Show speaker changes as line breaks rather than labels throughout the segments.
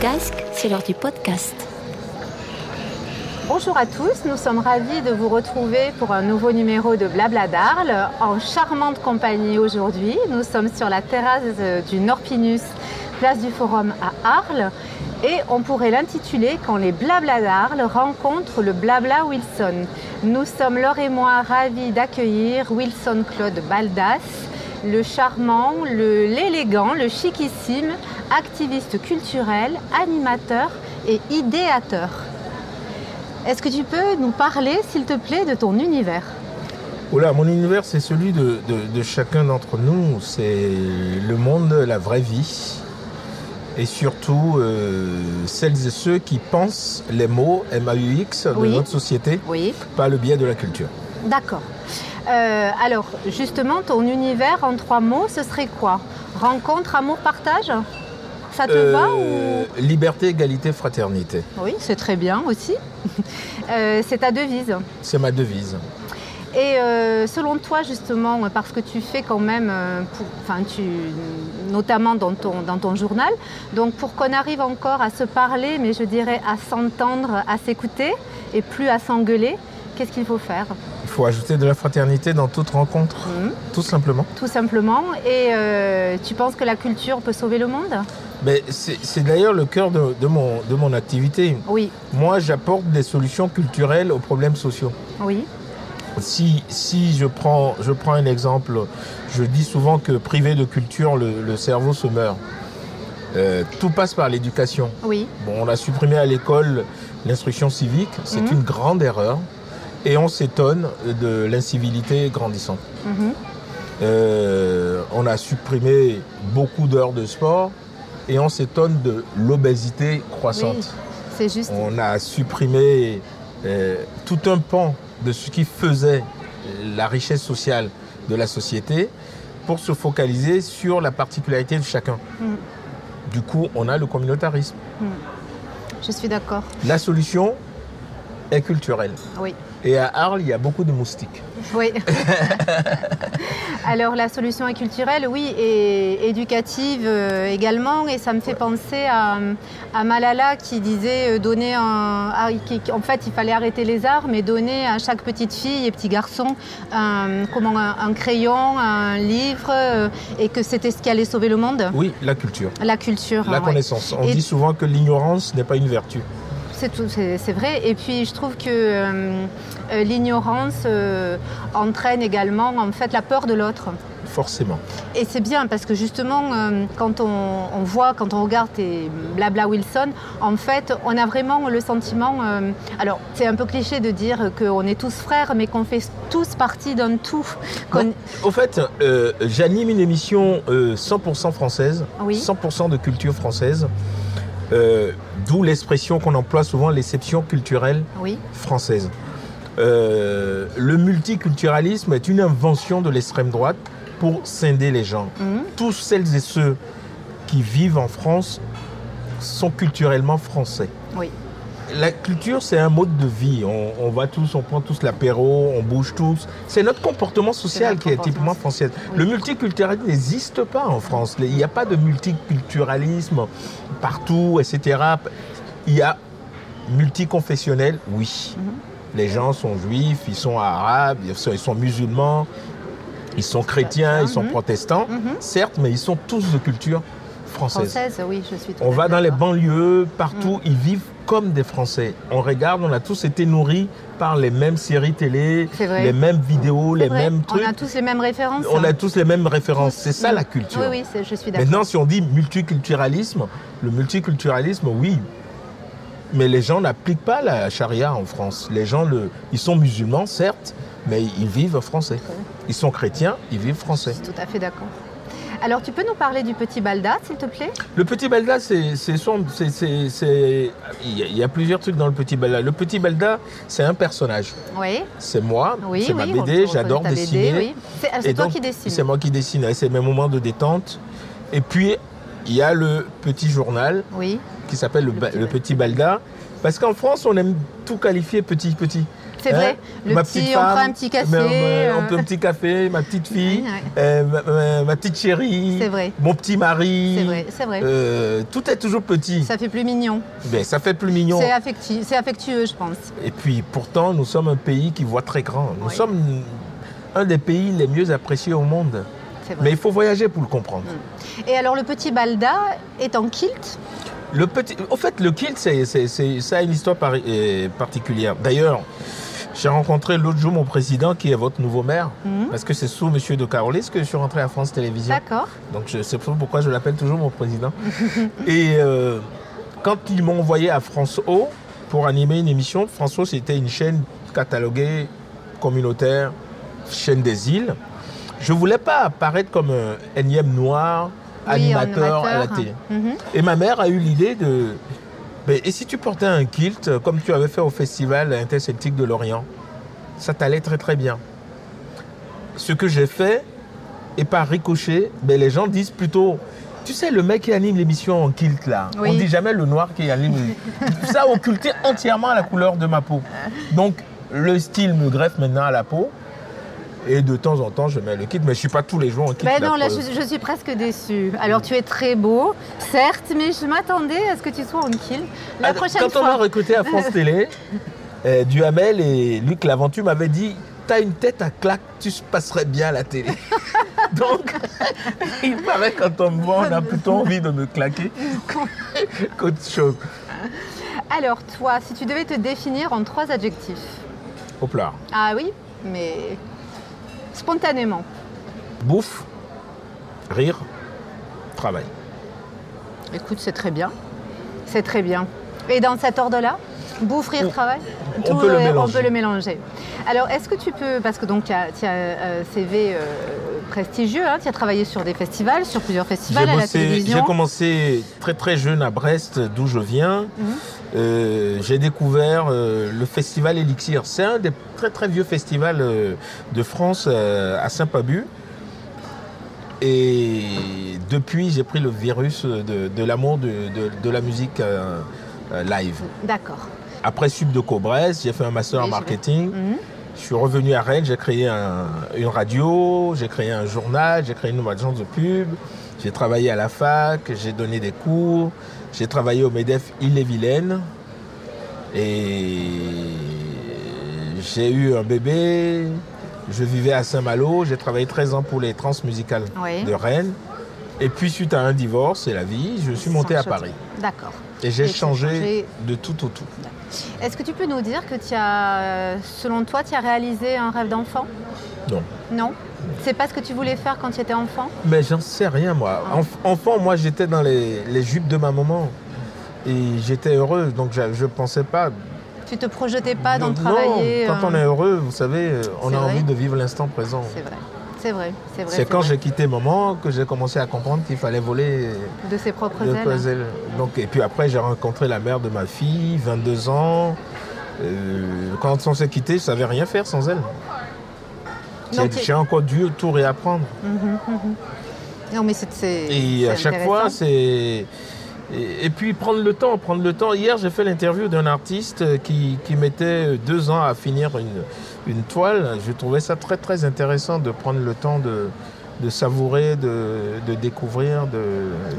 casque, c'est l'heure du podcast.
Bonjour à tous, nous sommes ravis de vous retrouver pour un nouveau numéro de Blabla d'Arles en charmante compagnie aujourd'hui. Nous sommes sur la terrasse euh, du Norpinus, place du Forum à Arles et on pourrait l'intituler Quand les Blabla d'Arles rencontrent le Blabla Wilson. Nous sommes Laure et moi ravis d'accueillir Wilson Claude Baldas, le charmant, le- l'élégant, le, chiquissime, activiste culturel, animateur et idéateur. Est-ce que tu peux nous parler, s'il te plaît, de ton univers
Oula, mon univers, c'est celui de, de- de chacun d'entre nous. C'est le monde, la vraie vie. Et surtout, euh, celles et ceux qui pensent les mots MAUX de
Oui.
notre société
Oui.
par le biais de la culture.
D'accord. Euh, alors, justement, ton univers en trois mots, ce serait quoi Rencontre, amour, partage Ça te va
Euh,
ou...
Liberté, égalité, fraternité.
Oui, c'est très bien aussi. Euh, c'est ta devise.
C'est ma devise.
Et euh, selon toi, justement, parce que tu fais quand même, euh, pour- enfin, tu, notamment dans ton, dans ton journal, donc pour qu'on arrive encore à se parler, mais je dirais à s'entendre, à s'écouter et plus à s'engueuler, qu'est-ce qu'il faut faire
Il faut ajouter de la fraternité dans toute rencontre,
Mhm.
tout simplement.
Tout simplement. Et euh, tu penses que la culture peut sauver le monde
Mais c'est c'est d'ailleurs le cœur de- de mon- de mon activité.
Oui,
Moi, j'apporte des solutions culturelles aux problèmes sociaux.
oui,
Si, si je, prends, je prends un exemple, je dis souvent que privé de culture, le, le cerveau se meurt. Euh, tout passe par l'éducation.
oui,
Bon, on a supprimé à l'école l'instruction civique, c'est
Mhm.
une grande erreur, et on s'étonne de l'incivilité grandissante.
mhm,
Euh, on a supprimé beaucoup d'heures de sport, et on s'étonne de l'obésité croissante.
Oui. c'est juste.
On a supprimé euh, tout un pan de ce qui faisait la richesse sociale de la société pour se focaliser sur la particularité de chacun.
Mm.
Du coup, on a le communautarisme.
Je suis d'accord.
La solution est culturelle.
Oui.
Et à Arles, il y a beaucoup de moustiques.
Oui. Alors la solution est culturelle, oui, et éducative euh, également. Et ça me fait penser à, à Malala qui disait euh, donner un. ah, qui- qui- en fait, il fallait arrêter les arts, mais donner à chaque petite fille et petit garçon un, comment, un, un crayon, un livre, euh, et que c'était ce qui allait sauver le monde.
Oui, la culture,
La culture.
la
hein, ouais.
connaissance. On
Et-
dit souvent que l'ignorance n'est pas une vertu.
C'est tout, c'est c'est vrai. Et puis je trouve que euh, euh, l'ignorance euh, entraîne également en fait la peur de l'autre.
Forcément.
Et c'est bien parce que justement, euh, quand on, on voit, quand on regarde tes blabla Wilson, en fait, on a vraiment le sentiment. euh, alors, c'est un peu cliché de dire qu'on est tous frères, mais qu'on fait tous partie d'un tout. Qu'on-
Non. Au fait, euh, j'anime une émission euh, 100% française,
Oui.
100% de culture française, euh, d'où l'expression qu'on emploie souvent, l'exception culturelle
Oui,
française. Euh, le multiculturalisme est une invention de l'extrême droite pour scinder les gens.
Mhm.
Tous celles et ceux qui vivent en France sont culturellement français.
oui,
La culture, c'est un mode de vie. On, on va tous, on prend tous l'apéro, on bouge tous. C'est notre comportement social
notre
qui est
comportement.
typiquement français.
Oui.
Le multiculturalisme n'existe pas en France. Il n'y a pas de multiculturalisme partout, etc. Il y a multiconfessionnel, oui.
Mhm.
Les gens sont juifs, ils sont arabes, ils sont, ils sont musulmans, ils sont chrétiens, ils sont
Mhm.
protestants,
Mhm.
certes, mais ils sont tous de culture française.
française, oui, je suis. tout
On
à
va
fait
dans les
d'accord.
banlieues, partout,
Mm.
ils vivent comme des Français. On regarde, on a tous été nourris par les mêmes séries télé,
C'est vrai.
les mêmes vidéos,
C'est
les
vrai,
mêmes trucs.
On a tous les mêmes références.
On
hein.
a tous les mêmes références.
Tous.
C'est ça
Mm.
la culture.
Oui, oui, c'est- je suis d'accord.
Maintenant, si on dit multiculturalisme, le multiculturalisme, oui. Mais les gens n'appliquent pas la charia en France. Les gens, le, ils sont musulmans, certes, mais ils vivent français. Ils sont chrétiens, ils vivent
Je
français.
suis tout à fait d'accord. Alors, tu peux nous parler du petit Balda, s'il te plaît
Le petit Balda, c'est c'est son- c'est- c'est- c'est- Il y, a- il y a plusieurs trucs dans le petit Balda. Le petit Balda, c'est un personnage.
Oui,
C'est moi,
oui,
c'est
oui.
ma
on-
BD,
on
j'adore
connaît ta BD,
dessiner.
oui. C'est ah,
Et
c'est toi
donc,
qui dessines.
C'est moi qui dessine, et c'est mes moments de détente. Et puis, il y a le petit journal
Oui,
qui s'appelle le, Ba-
Petit
le Petit Balda. Parce qu'en France, on aime tout qualifier petit, petit.
C'est vrai.
Hein
Le
Ma
petit,
petite
on
femme,
prend un petit café.
mais on, euh, on
euh,
prend un petit café, ma petite fille,
Ouais, ouais.
euh, ma, ma- ma petite chérie,
C'est vrai.
mon petit mari.
C'est vrai, c'est vrai.
Euh, tout est toujours petit.
Ça fait plus mignon.
Ben, ça fait plus mignon.
C'est affecti- c'est affectueux, je pense.
Et puis pourtant, nous sommes un pays qui voit très grand. Nous
Oui.
sommes un des pays les mieux appréciés au monde.
C'est vrai.
Mais il faut voyager pour le comprendre.
Mm. Et alors, le petit Balda est en kilt.
Le petit, au fait, le kilt, c'est, c'est- c'est- ça a une histoire pari- euh, particulière. D'ailleurs, j'ai rencontré l'autre jour mon président qui est votre nouveau maire,
Mhm.
parce que c'est sous Monsieur de Carolis que je suis rentré à France Télévisions.
D'accord.
Donc je, c'est pour- pourquoi je l'appelle toujours mon président. Et euh, quand ils m'ont envoyé à France O pour animer une émission, France O c'était une chaîne cataloguée communautaire, chaîne des îles. Je voulais pas apparaître comme un énième noir
Oui, en
animateur à la
amateur.
télé.
Mhm.
Et ma mère a eu l'idée de. Mais, et si tu portais un kilt, euh, comme tu avais fait au festival interceltique de Lorient Ça t'allait très très bien. Ce que j'ai fait, et par ricochet, mais les gens disent plutôt. Tu sais, le mec qui anime l'émission en kilt là,
Oui.
on dit jamais le noir qui anime. Ça a occulté entièrement la couleur de ma peau. Donc le style me greffe maintenant à la peau. Et de temps en temps, je mets le kilt, mais je suis pas tous les jours en kilt.
Ben
là,
non, là,
pour-
je, je suis presque déçue. Alors, tu es très beau, certes, mais je m'attendais à ce que tu sois en kilt. La
Attends,
prochaine
Ah, quand on m'a
fois.
recruté à France Télé, euh, Duhamel et Luc Laventure m'avaient dit T'as une tête à claque, tu passerais bien à la télé. Donc, il paraît quand on me voit, on a plutôt envie de me claquer qu'au- qu'autre chose.
Alors, toi, si tu devais te définir en trois adjectifs.
Au plat.
Ah oui, mais spontanément.
Bouffe, rire, travail.
Écoute, c'est très bien. C'est très bien. Et dans cet ordre-là Bouffe, rire,
On-
travail
on peut le
euh,
mélanger.
on peut le mélanger. Alors, est-ce que tu peux, parce que donc tu as, tu as, euh, CV euh, prestigieux, hein, tu as travaillé sur des festivals, sur plusieurs festivals à la
bossé-
télévision.
j'ai commencé très très jeune à Brest, d'où je viens.
Mhm.
Euh, j'ai découvert euh, le festival Elixir. C'est un des très très vieux festivals euh, de France euh, à Saint-Pabu. Et depuis, j'ai pris le virus de, de l'amour de, de- de la musique euh, euh, live.
D'accord.
Après Sub de Brest, j'ai fait un master en
Oui, j'ai vu.
marketing.
Mhm.
Je suis revenu à Rennes, j'ai créé un- une radio, j'ai créé un journal, j'ai créé une agence de pub, j'ai travaillé à la fac, j'ai donné des cours, j'ai travaillé au MEDEF Ille-et-Vilaine et j'ai eu un bébé, je vivais à Saint-Malo, j'ai travaillé 13 ans pour les trans musicales
Oui.
de Rennes et puis suite à un divorce et la vie, je suis
Sans
monté à
choquer.
Paris
D'accord.
et j'ai
Et tu as
changé
changé.
de tout au tout.
Est-ce que tu peux nous dire que tu as, euh, selon toi, tu as réalisé un rêve d'enfant
Non.
Non C'est pas ce que tu voulais faire quand tu étais enfant
Mais j'en sais rien, moi.
Ah.
Enf- enfant, moi, j'étais dans les, les jupes de ma maman. Et j'étais heureuse, donc je ne pensais pas.
Tu te projetais pas dans
non,
travailler
quand
euh,
on est heureux, vous savez, euh, on
c'est
a
vrai.
envie de vivre l'instant présent.
C'est vrai. C'est vrai, c'est vrai.
C'est quand
vrai.
j'ai quitté maman que j'ai commencé à comprendre qu'il fallait voler euh,
De ses propres
le
ailes.
puzzle. Donc, et puis après, j'ai rencontré la mère de ma fille, 22 ans. Euh, quand on s'est quitté, je savais rien faire sans elle.
Non,
J'ai-
t'es-
J'ai encore dû tout réapprendre.
Non, mais c'est. c'est-
Et
c'est
à chaque
intéressant.
fois, c'est. Et, et puis prendre le temps, prendre le temps. Hier, j'ai fait l'interview d'un artiste euh, qui, qui mettait deux ans à finir une, une toile. Je trouvais ça très, très intéressant de prendre le temps de, de savourer, de, de découvrir, de.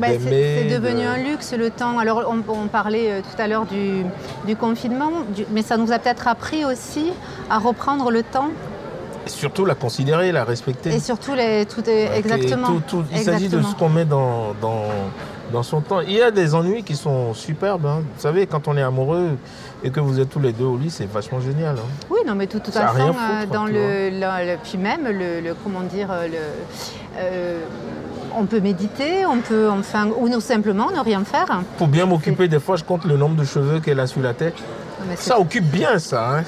Bah, c'est-
d'aimer,
c'est devenu
de-
un luxe le temps. Alors on, on parlait euh, tout à l'heure du, du confinement, du- mais ça nous a peut-être appris aussi à reprendre le temps
Surtout la considérer, la respecter.
et surtout les, tout est
Ouais,
exactement.
et tout- tout- il s'agit de
Exactement.
ce qu'on met dans, dans, dans son temps. Il y a des ennuis qui sont superbes. hein. Vous savez, quand on est amoureux et que vous êtes tous les deux au lit, c'est vachement génial. hein.
Oui, non, mais tout, tout
Ça a
façon,
rien
euh,
foutre,
dans
tu
le, le- le- puis même le, le- comment dire euh, le. euh, on peut méditer, on peut enfin ou non, simplement ne rien faire.
Pour bien m'occuper, des fois, je compte le nombre de cheveux qu'elle a sur la tête.
Mais c'est-
Ça occupe bien, ça. hein.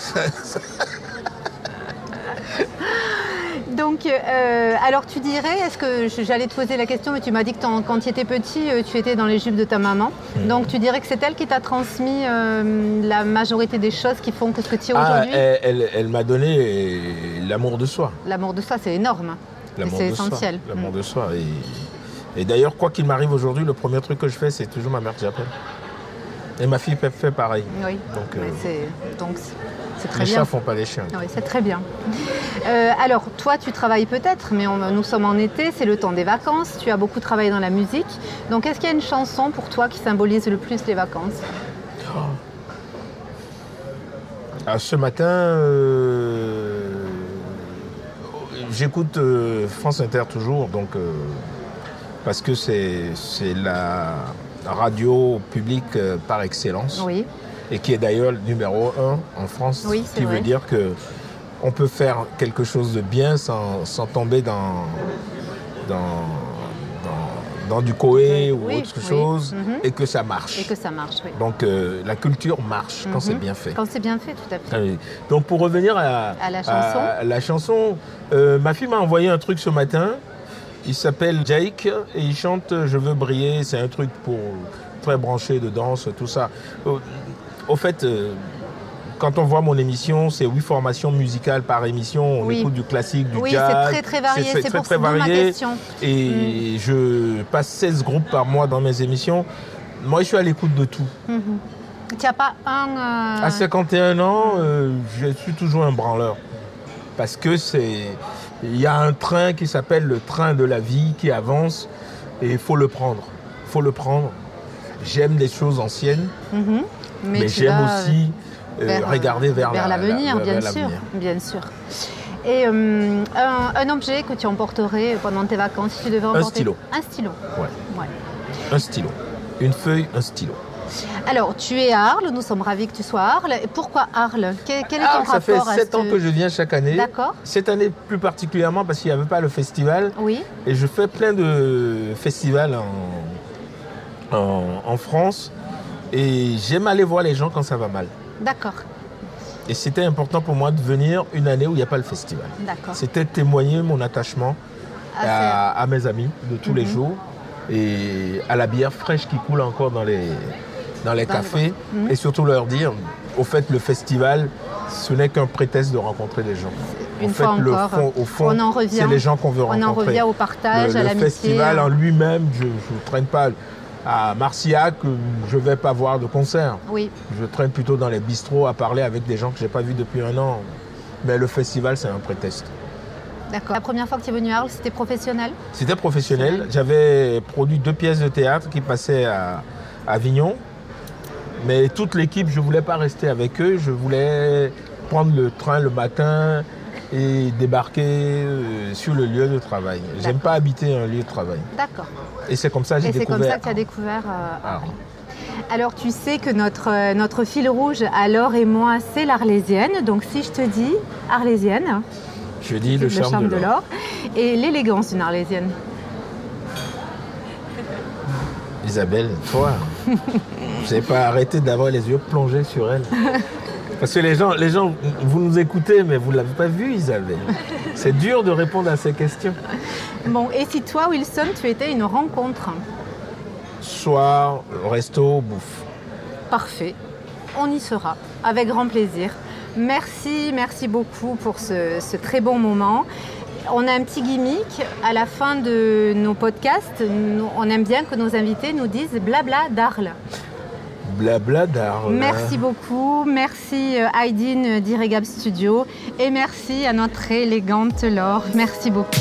Donc, euh, alors tu dirais, est-ce que je- j'allais te poser la question, mais tu m'as dit que t'en- quand tu étais petit, euh, tu étais dans les jupes de ta maman.
Mm.
Donc tu dirais que c'est elle qui t'a transmis euh, la majorité des choses qui font que ce que tu es
Ah,
aujourd'hui
elle elle- elle m'a donné euh, l'amour de soi.
L'amour de soi, c'est énorme.
L'amour
C'est
de soi.
essentiel.
L'amour
Mm.
de soi. Et, et d'ailleurs, quoi qu'il m'arrive aujourd'hui, le premier truc que je fais, c'est toujours ma mère que j'appelle. Et ma fille fait- fait pareil.
Oui.
Donc,
Mais
euh,
c'est- donc c'est- c'est très
les
bien.
chats font pas les chiens.
Oui, c'est très bien. Euh, alors, toi, tu travailles peut-être, mais on- nous sommes en été, c'est le temps des vacances, tu as beaucoup travaillé dans la musique. Donc, est-ce qu'il y a une chanson pour toi qui symbolise le plus les vacances
Ah, ce matin, euh, j'écoute euh, France Inter toujours, donc euh, parce que c'est c'est la radio publique euh, par excellence
Oui,
et qui est d'ailleurs le numéro un en France,
Oui,
ce
c'est
qui
vrai.
veut dire que on peut faire quelque chose de bien sans, sans tomber dans, dans, dans, dans du coé ou
Oui,
autre
oui.
chose
Mhm.
et que ça marche.
et que ça marche, oui.
Donc euh, la culture marche quand
Mhm.
c'est bien fait.
Quand c'est bien fait, tout à fait.
Ah oui. Donc pour revenir à,
À la chanson.
à la chanson, euh, ma fille m'a envoyé un truc ce matin. Il s'appelle Jake et il chante Je veux briller. C'est un truc pour très branché de danse, tout ça. Au, au fait, euh, quand on voit mon émission, c'est huit formations musicales par émission. On
Oui.
écoute du classique, du
oui, c'est
jazz.
très très varié, c'est pour ça ma question. Mm.
Et je passe 16 groupes par mois dans mes émissions. Moi, je suis à l'écoute de tout.
Mhm. Tu n'as pas un... euh,
À 51 ans, euh, je suis toujours un branleur. Parce que c'est. Il y a un train qui s'appelle le train de la vie qui avance et il faut le prendre. Il faut le prendre. J'aime les choses anciennes,
Mhm.
mais,
tu
j'aime
vas, euh,
aussi euh,
vers, euh,
regarder vers, la-
l'avenir,
la-
bien
vers
sûr,
l'avenir.
bien sûr. Et euh, un, un objet que tu emporterais pendant tes vacances, si tu devais emporter
stylo.
Un stylo.
Ouais.
ouais.
Un stylo. Une feuille, un stylo.
Alors, tu es à Arles, nous sommes ravis que tu sois à Arles. Et pourquoi Arles quel, quel est
Ah,
ton
ça fait
rapport à
7
ce-
ans que je viens chaque année.
D'accord.
Cette année plus particulièrement parce qu'il n'y avait pas le festival.
Oui,
Et je fais plein de festivals en, en- en France. Et j'aime aller voir les gens quand ça va mal.
d'accord,
Et c'était important pour moi de venir une année où il n'y a pas le festival.
d'accord.
C'était témoigner mon attachement
Ah,
à, à mes amis de tous les
Mhm.
jours et à la bière fraîche qui coule encore dans les, dans les
Dans les
cafés.
Mhm.
Et surtout leur dire, au fait, le festival, ce n'est qu'un prétexte de rencontrer des gens.
Une
au fait,
fois
le
encore,
fond, au fond,
on en revient.
c'est les gens qu'on veut
On en
rencontrer.
revient au partage,
Le,
à
le
l'amitié.
festival en lui-même, je ne traîne pas à Marciac, euh, je vais pas voir de concert.
Oui,
Je traîne plutôt dans les bistrots à parler avec des gens que j'ai pas vus depuis un an. Mais le festival, c'est un prétexte.
d'accord. La première fois que tu es venu à Arles, c'était professionnel
C'était professionnel. J'avais produit deux pièces de théâtre qui passaient à à Avignon. Mais toute l'équipe, je voulais pas rester avec eux. Je voulais prendre le train le matin et débarquer euh, sur le lieu de travail. J'aime pas habiter un lieu de travail.
D'accord.
Et c'est comme ça que j'ai
Et c'est
découvert.
comme ça que tu as
Arles.
découvert euh,
Arles.
Alors tu sais que notre, euh, notre fil rouge, alors et moi, c'est l'Arlésienne. Donc si je te dis Arlésienne, hein,
Je dis le,
le
charme, de l'or.
l'or, et l'élégance d'une Arlésienne.
Isabelle, toi, j'ai pas arrêté d'avoir les yeux plongés sur elle. Parce que les gens, les gens, vous nous écoutez, mais vous ne l'avez pas vu, Isabelle. C'est dur de répondre à ces questions.
Bon, et si toi, Wilson, tu étais une rencontre
Soir, resto, bouffe.
Parfait, on y sera, avec grand plaisir. Merci, merci beaucoup pour ce, ce très bon moment. On a un petit gimmick à la fin de nos podcasts. nous- on aime bien que nos invités nous disent blabla d'Arles.
Blabla d'Arles.
Merci beaucoup, merci euh, Aydin euh, d'Irregab Studio et merci à notre élégante Laure. Merci beaucoup.